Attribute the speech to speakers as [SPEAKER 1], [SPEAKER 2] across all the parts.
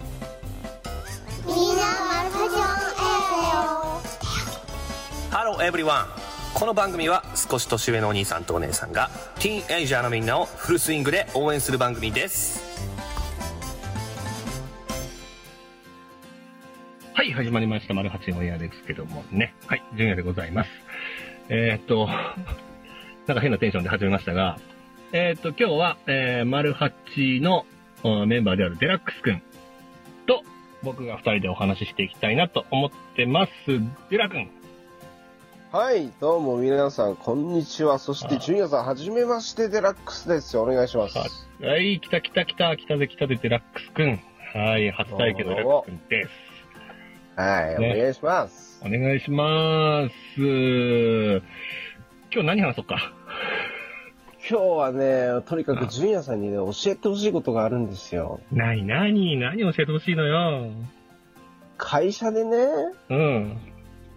[SPEAKER 1] みんなマルカジ
[SPEAKER 2] ハローエブリワンこの番組は少し年上のお兄さんとお姉さんがティーンエイジャーのみんなをフルスイングで応援する番組です
[SPEAKER 3] はい、始まりました。丸八オンエアですけどもね。はい、純也でございます。えーっと、 なんか変なテンションで始めましたが、えーっと、今日は、えー、丸八のうんメンバーであるデラックスくんと僕が二人でお話ししていきたいなと思ってます。デラくん。
[SPEAKER 4] はい、どうも皆さん、こんにちは。そし
[SPEAKER 3] あ
[SPEAKER 4] て、ジュニアさん、はじめまして、デラックスです。お願いします。
[SPEAKER 3] ははい、来た来た来た、来たぜ来たぜ、デラックスくん。はい、初体験のデラックスくんです。
[SPEAKER 4] はい、
[SPEAKER 3] ね
[SPEAKER 4] お願いします。
[SPEAKER 3] お願いします。今日何話そうか。
[SPEAKER 4] 今日はね、とにかくジュニアさんにね、教えてほしいことがあるんですよ。
[SPEAKER 3] なになに、何教えてほしいのよ。
[SPEAKER 4] 会社でね、
[SPEAKER 3] うん。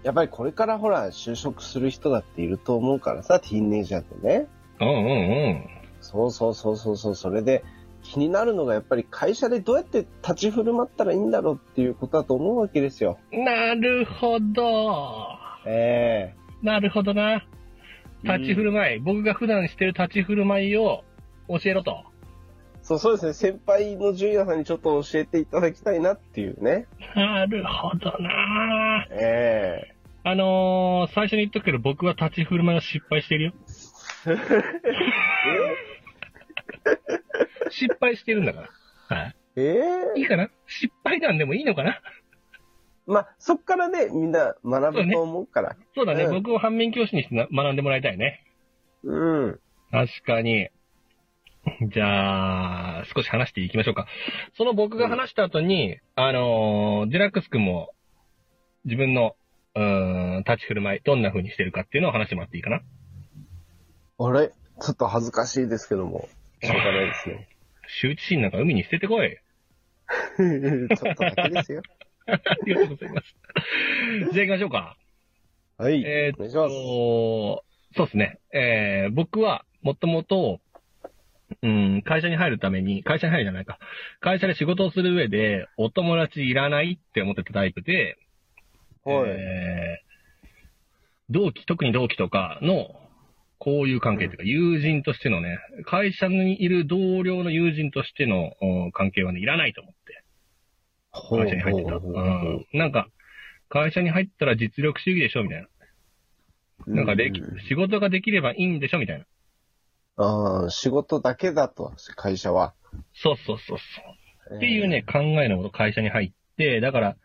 [SPEAKER 4] やっぱりこれからほら、就職する人だっていると思うからさ、ティーンエイジャーってね。
[SPEAKER 3] うんうん
[SPEAKER 4] そうそうそうそうそう、それで、気になるのがやっぱり会社でどうやって立ち振る舞ったらいいんだろうっていうことだと思うわけですよ。
[SPEAKER 3] うん。なるほど。
[SPEAKER 4] え
[SPEAKER 3] なるほどな。
[SPEAKER 4] え
[SPEAKER 3] 立ち振る舞い。僕が普段してる立ち振る舞いを教えろと。
[SPEAKER 4] そうそうですね、先輩のジュニアさんにちょっと教えていただきたいなっていうね。
[SPEAKER 3] なるほどな。
[SPEAKER 4] え
[SPEAKER 3] あのー、最初に言っとくけど僕は立ち振る舞いを失敗してるよ。失敗してるんだから。はい。
[SPEAKER 4] ええ
[SPEAKER 3] いい
[SPEAKER 4] え
[SPEAKER 3] かな失敗談でもいいのかな
[SPEAKER 4] まあ、そっからね、みんな学ぶと思うから。
[SPEAKER 3] そうだね。
[SPEAKER 4] うん
[SPEAKER 3] 僕を反面教師にしてな学んでもらいたいね。
[SPEAKER 4] うん。
[SPEAKER 3] 確かに。じゃあ、少し話していきましょうか。その僕が話した後に、あのーデラックス君も、自分の、うーん、立ち振る舞い、どんな風にしてるかっていうのを話してもらっていいかな。
[SPEAKER 4] あれちょっと恥ずかしいですけども。しょうがないですね。
[SPEAKER 3] 羞恥心なんか海に捨ててこい。
[SPEAKER 4] ちょっとだけですよ。
[SPEAKER 3] ありがとうございます。じゃあ行きましょうか。
[SPEAKER 4] はい。
[SPEAKER 3] えー
[SPEAKER 4] お
[SPEAKER 3] っ
[SPEAKER 4] 願いし
[SPEAKER 3] と
[SPEAKER 4] ま、
[SPEAKER 3] そうですね。えー、僕は、もともと、うん、会社に入るために、会社に入るじゃないか。会社で仕事をする上で、お友達いらないって思ってたタイプで、
[SPEAKER 4] す。はい。
[SPEAKER 3] えー同期、特に同期とかの、こういう関係というか、友人としてのね、会社にいる同僚の友人としてのお関係はね、いらないと思って、
[SPEAKER 4] ほ
[SPEAKER 3] 会社に入ってた。うんなんか、会社に入ったら実力主義でしょ、みたいな。なんかでき、仕事ができればいいんでしょみたいな。
[SPEAKER 4] ああ、仕事だけだと、会社は。
[SPEAKER 3] そうそうそうそう。っていうね、考えのもと会社に入って、だから、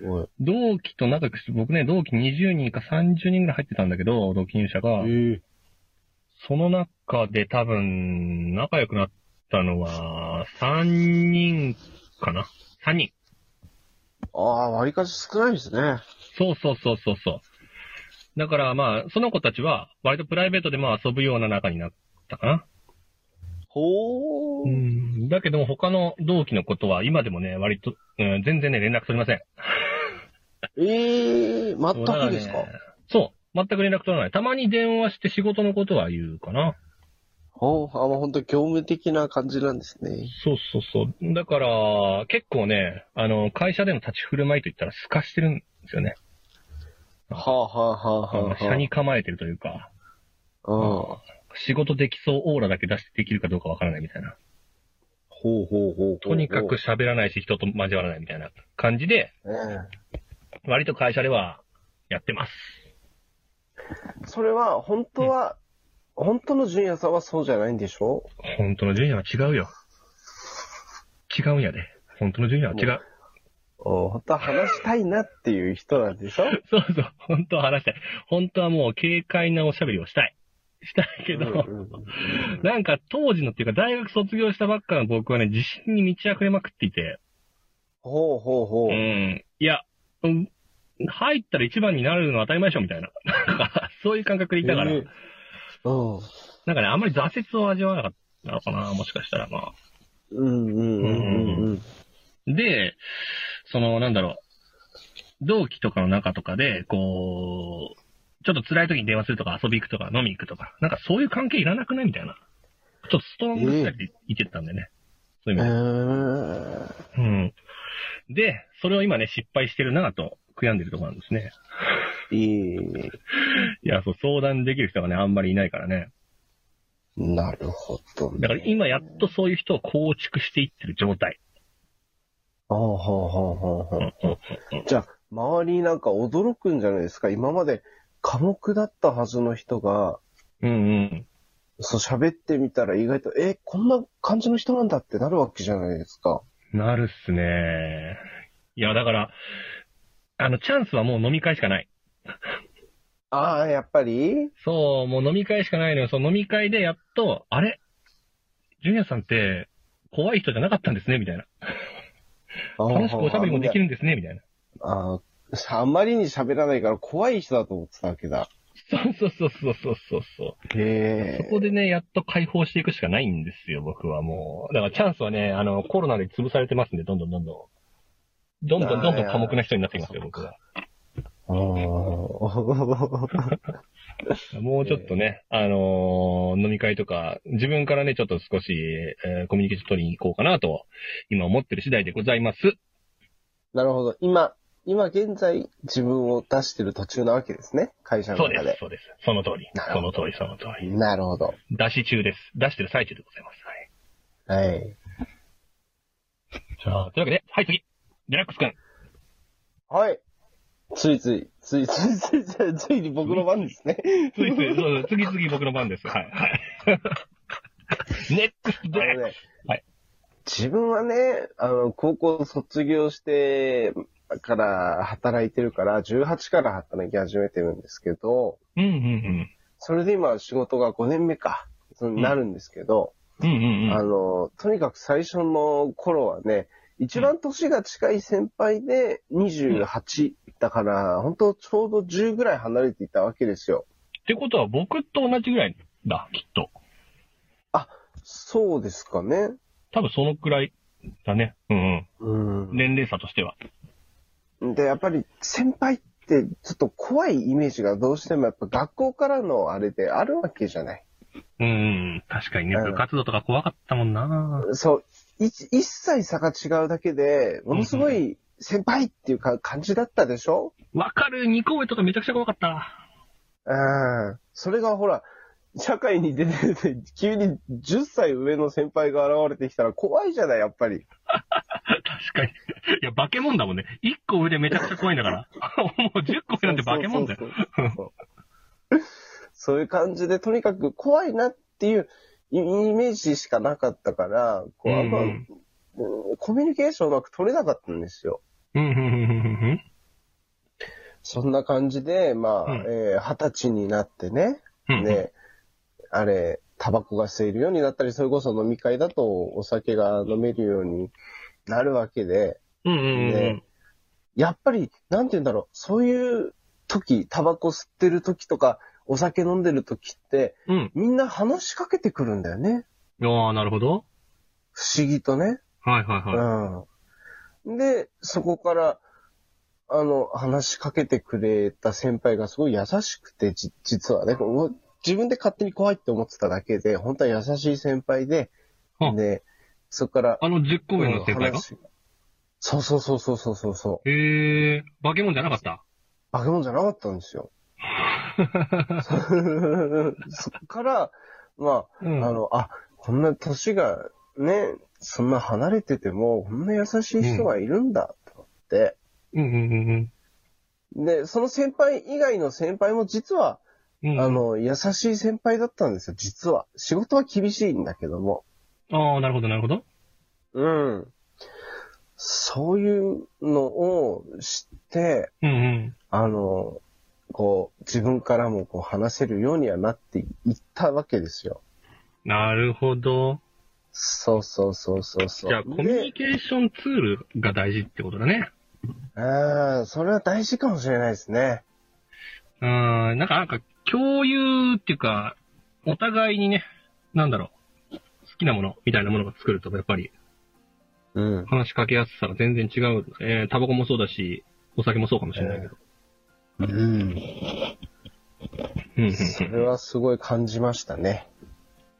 [SPEAKER 4] えー。おい
[SPEAKER 3] 同期と仲良くして、僕ね、同期20人か30人ぐらい入ってたんだけど、同期入社が、その中で多分、仲良くなったのは、3人かな ?3 人。
[SPEAKER 4] ああ、わりかし少ないですね。
[SPEAKER 3] そうそうそうそうそう。だからまあ、その子たちは、割とプライベートでまあ遊ぶような仲になったかな。
[SPEAKER 4] ほ
[SPEAKER 3] う。
[SPEAKER 4] う
[SPEAKER 3] んだけども他の同期のことは今でもね、割と、うん、全然ね、連絡取りません。
[SPEAKER 4] ええ全
[SPEAKER 3] そうだ
[SPEAKER 4] くですから
[SPEAKER 3] ねそう。全く連絡取らない。たまに電話して仕事のことは言うかな。
[SPEAKER 4] ほう、あ、もう本当業務的な感じなんですね。
[SPEAKER 3] そうそうそう。だから、結構ね、あの、会社での立ち振る舞いといったら透かしてるんですよね。
[SPEAKER 4] はあはあはあはあはあ。
[SPEAKER 3] 社に構えてるというか、
[SPEAKER 4] うん。
[SPEAKER 3] 仕事できそうオーラだけ出してできるかどうかわからないみたいな。
[SPEAKER 4] ほうほうほうほう。
[SPEAKER 3] とにかく喋らないし人と交わらないみたいな感じで、
[SPEAKER 4] ええ
[SPEAKER 3] 割と会社ではやってます。
[SPEAKER 4] それは、本当は、本当の純也さんはそうじゃないんでしょ
[SPEAKER 3] 本当のジュニアは違うよ。違うんやで。本当のジュニアは違う。
[SPEAKER 4] うん本当は話したいなっていう人なんでしょ
[SPEAKER 3] そうそう。本当は話したい。本当はもう軽快なおしゃべりをしたい。したいけど、
[SPEAKER 4] うんうん
[SPEAKER 3] なんか当時のっていうか大学卒業したばっかの僕はね、自信に満ち溢れまくっていて、
[SPEAKER 4] ほうほうほ
[SPEAKER 3] う
[SPEAKER 4] う。
[SPEAKER 3] ん。いや、うん、入ったら一番になるのは当たり前でしょ、みたいな。 なんかそういう感覚でいたから、
[SPEAKER 4] ええうん
[SPEAKER 3] なんかね、あんまり挫折を味わわなかったのかな、もしかしたらまあ。
[SPEAKER 4] うんうんうんうんうん。
[SPEAKER 3] で、その、なんだろう、同期とかの中とかで、こう、ちょっと辛い時に電話するとか、遊び行くとか、飲み行くとか、なんかそういう関係いらなくないみたいな。ちょっとストーンとしたりでいてたんでね。そういう意
[SPEAKER 4] え
[SPEAKER 3] 味で
[SPEAKER 4] ー、
[SPEAKER 3] うん。で、それを今ね、失敗してるなぁと悔やんでるところなんですね。
[SPEAKER 4] いい。
[SPEAKER 3] いや、そう、相談できる人がね、あんまりいないからね。
[SPEAKER 4] なるほど、ね。
[SPEAKER 3] だから今やっとそういう人を構築していってる状態。
[SPEAKER 4] ああ、はあ、はあ、
[SPEAKER 3] う
[SPEAKER 4] はあ。
[SPEAKER 3] んうん
[SPEAKER 4] じゃあ、周りなんか驚くんじゃないですか。今まで寡黙だったはずの人が、
[SPEAKER 3] うんうん。
[SPEAKER 4] そう喋ってみたら意外と、え、こんな感じの人なんだってなるわけじゃないですか。
[SPEAKER 3] なるっすね。いや、だから、あの、チャンスはもう飲み会しかない。
[SPEAKER 4] ああ、やっぱり
[SPEAKER 3] そう、もう飲み会しかないのよ。その飲み会でやっと、あれジュニアさんって、怖い人じゃなかったんですね、みたいな。楽しくおしゃべりもでき
[SPEAKER 4] る。
[SPEAKER 3] るんですね、みたいな。
[SPEAKER 4] ああさあんまりに喋らないから怖い人だと思ってたわけだ。
[SPEAKER 3] そうそうそうそうそうそうそう。
[SPEAKER 4] へ
[SPEAKER 3] そこでね、やっと解放していくしかないんですよ、僕はもう。だからチャンスはね、あの、コロナで潰されてますんで、どんどんどんどん。どんどんどんどん寡黙な人になっていきますよ、僕は。
[SPEAKER 4] あー
[SPEAKER 3] もうちょっとね、あのー飲み会とか、自分からね、ちょっと少し、えーコミュニケーション取りに行こうかなと、今思ってる次第でございます。
[SPEAKER 4] なるほど。今、今現在自分を出してる途中なわけですね。会社
[SPEAKER 3] そ
[SPEAKER 4] の
[SPEAKER 3] うで
[SPEAKER 4] 中
[SPEAKER 3] す、
[SPEAKER 4] で。
[SPEAKER 3] そうです。その通り
[SPEAKER 4] な。る
[SPEAKER 3] そ
[SPEAKER 4] ほ
[SPEAKER 3] の
[SPEAKER 4] ど
[SPEAKER 3] 通り、その通り。
[SPEAKER 4] なるほど。
[SPEAKER 3] 出し中です。出してる最中でございます。はい。
[SPEAKER 4] はい。
[SPEAKER 3] じゃあ、というわけで、はい、次。デラックスくん。
[SPEAKER 4] はい。ついつい、ついついついついついに僕の番ですね。
[SPEAKER 3] ついつい、そうそう、次々僕の番です。はい、はい。 ネックスデ
[SPEAKER 4] あ
[SPEAKER 3] ラッ
[SPEAKER 4] の
[SPEAKER 3] ク
[SPEAKER 4] ね
[SPEAKER 3] はい
[SPEAKER 4] 自分はね、あの、高校卒業してから働いてるから、18から働き始めてるんですけど、
[SPEAKER 3] ス。うん、うん、
[SPEAKER 4] それで今仕事が5年目か、そうんなるんですけど、
[SPEAKER 3] うん。うん、うん、う
[SPEAKER 4] あ
[SPEAKER 3] ん。
[SPEAKER 4] の、とにかく最初の頃はね、一番年が近い先輩で28だから、本当ちょうど10ぐらい離れていたわけですよ。
[SPEAKER 3] ってことは、僕と同じぐらいだ、きっと。
[SPEAKER 4] そうですかね。
[SPEAKER 3] 多分そのくらいだね。うん、
[SPEAKER 4] うん
[SPEAKER 3] うん。年齢差としては。
[SPEAKER 4] で、やっぱり先輩ってちょっと怖いイメージがどうしてもやっぱ学校からのあれであるわけじゃない。
[SPEAKER 3] うんうん、確かにね、
[SPEAKER 4] うん
[SPEAKER 3] 部活動とか怖かったもんな
[SPEAKER 4] そう、一一切差が違うだけで、ものすごい先輩っていうか感じだったでしょ
[SPEAKER 3] わかる、二個上とかめちゃくちゃ怖かった。
[SPEAKER 4] うん。それがほら、社会に出てて、急に10歳上の先輩が現れてきたら怖いじゃない、やっぱり。
[SPEAKER 3] 確かに。いや、化け物だもんね。一個上でめちゃくちゃ怖いんだから。 もう十個上なんて化け物だよ。
[SPEAKER 4] そうそうそうそう そういう感じで、とにかく怖いなっていうイイメージしかなかったから、こうあんま
[SPEAKER 3] うん
[SPEAKER 4] うんコミュニケーションうまく取れなかったんですよ。
[SPEAKER 3] うん、うん、うん、うん
[SPEAKER 4] そんな感じで、まあ、
[SPEAKER 3] うん
[SPEAKER 4] えー二十歳になってね、
[SPEAKER 3] うん、うん。
[SPEAKER 4] ね、あれ、タバコが吸えるようになったり、それこそ飲み会だとお酒が飲めるようになるわけで、
[SPEAKER 3] うん、うん、うん
[SPEAKER 4] ね。やっぱり、なんて言うんだろう、そういう時、タバコ吸ってる時とか、お酒飲んでる時って、
[SPEAKER 3] うん。
[SPEAKER 4] みんな話しかけてくるんだよね。
[SPEAKER 3] ああ、なるほど。
[SPEAKER 4] 不思議とね。
[SPEAKER 3] はい、はい、はい。
[SPEAKER 4] うん。で、そこから、あの、話しかけてくれた先輩がすごい優しくて、じ実はね、こう自分で勝手に怖いって思ってただけで、本当は優しい先輩で
[SPEAKER 3] はあ、
[SPEAKER 4] で、そこから、
[SPEAKER 3] あの十個上
[SPEAKER 4] う
[SPEAKER 3] の
[SPEAKER 4] ん
[SPEAKER 3] 先輩が
[SPEAKER 4] 話がそうそうそうそうそうそうそう。
[SPEAKER 3] へえ、化け物じゃなかった。
[SPEAKER 4] 化け物じゃなかったんで すよ。そっから、ま
[SPEAKER 3] う
[SPEAKER 4] あ、
[SPEAKER 3] ん
[SPEAKER 4] あの、あ、こんな年がね、そんな離れてても、こんな優しい人がいるんだ、と思って。
[SPEAKER 3] うん、うん、うん
[SPEAKER 4] で、その先輩以外の先輩も実は、
[SPEAKER 3] うん、うん。
[SPEAKER 4] あの、優しい先輩だったんですよ、実は。仕事は厳しいんだけども。
[SPEAKER 3] ああ、なるほど、なるほど。
[SPEAKER 4] うん。そういうのを知って、
[SPEAKER 3] うん、うん。
[SPEAKER 4] あの、こう、自分からもこう話せるようにはなっていったわけですよ。
[SPEAKER 3] なるほど。
[SPEAKER 4] そうそうそうそうそう。
[SPEAKER 3] じゃあ、コミュニケーションツールが大事ってことだね。
[SPEAKER 4] でああ、それは大事かもしれないですね。
[SPEAKER 3] うん、なんか、なんか、共有っていうか、お互いにね、なんだろう、好きなものみたいなものが作ると、やっぱり、
[SPEAKER 4] うん。
[SPEAKER 3] 話しかけやすさが全然違う。えー、タバコもそうだし、お酒もそうかもしれないけど。
[SPEAKER 4] うん。
[SPEAKER 3] うん、
[SPEAKER 4] そ
[SPEAKER 3] うん
[SPEAKER 4] れはすごい感じましたね。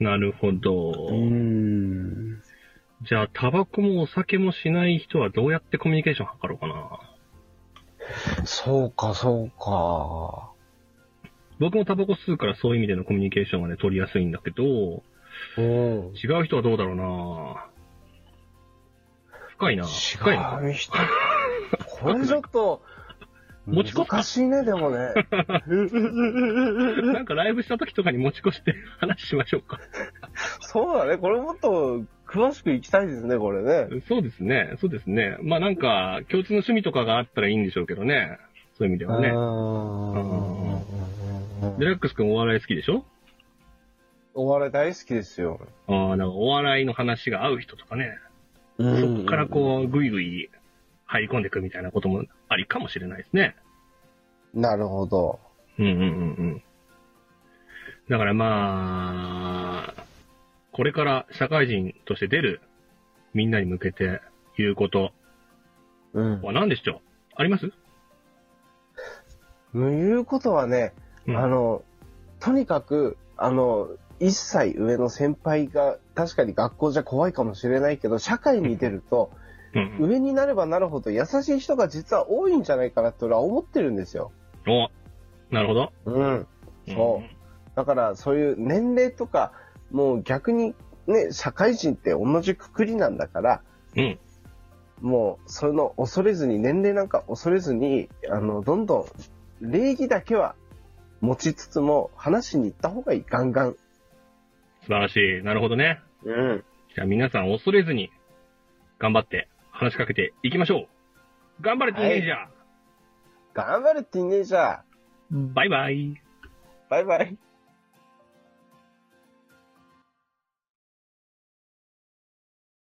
[SPEAKER 3] うん。なるほど。
[SPEAKER 4] ん。
[SPEAKER 3] じゃあ、タバコもお酒もしない人はどうやってコミュニケーション図ろうかな。
[SPEAKER 4] そうか、そうか。
[SPEAKER 3] 僕もタバコ吸うからそういう意味でのコミュニケーションはね、取りやすいんだけど、
[SPEAKER 4] うん。
[SPEAKER 3] 違う人はどうだろうな深いな深いな
[SPEAKER 4] 違う人。これちょっと、
[SPEAKER 3] 持ち越すか
[SPEAKER 4] 難しいね、でもね。
[SPEAKER 3] なんかライブした時とかに持ち越して 話しましょうか。
[SPEAKER 4] そうだね。これもっと詳しくいきたいですね、これね。
[SPEAKER 3] そうですね、そうですね。まあなんか、共通の趣味とかがあったらいいんでしょうけどね。そういう意味ではね。
[SPEAKER 4] うん
[SPEAKER 3] デラックス君お笑い好きでしょ
[SPEAKER 4] お笑い大好きですよ。
[SPEAKER 3] ああ、なんかお笑いの話が合う人とかね。そ
[SPEAKER 4] そ
[SPEAKER 3] こからこう、ぐいぐい入り込んでいくみたいなこともありかもしれないですね。
[SPEAKER 4] うん。なるほど。
[SPEAKER 3] うんうんうんうん。だからまあ、これから社会人として出るみんなに向けて言うこと
[SPEAKER 4] うん。
[SPEAKER 3] は何でしょうあります
[SPEAKER 4] いうことはね、
[SPEAKER 3] うん
[SPEAKER 4] あの、とにかく、あの、一歳上の先輩が、確かに学校じゃ怖いかもしれないけど、社会に出ると、
[SPEAKER 3] うん
[SPEAKER 4] 上になればなるほど優しい人が実は多いんじゃないかなって俺は思ってるんですよ。
[SPEAKER 3] うん。おなるほど。
[SPEAKER 4] うん。そうだから、そういう年齢とか、もう逆にね、社会人って同じくくりなんだから、
[SPEAKER 3] うん。
[SPEAKER 4] もう、その、恐れずに、年齢なんか恐れずに、あの、どんどん、礼儀だけは持ちつつも、話しに行った方がいい、ガンガン。
[SPEAKER 3] 素晴らしい。なるほどね。
[SPEAKER 4] うん。
[SPEAKER 3] じゃあ皆さん恐れずに頑張って話しかけていきましょう。頑張れ、ティーンエイジャー、
[SPEAKER 4] 頑張れ、ティーネイジャー。
[SPEAKER 3] バイバイ。
[SPEAKER 4] バイバイ。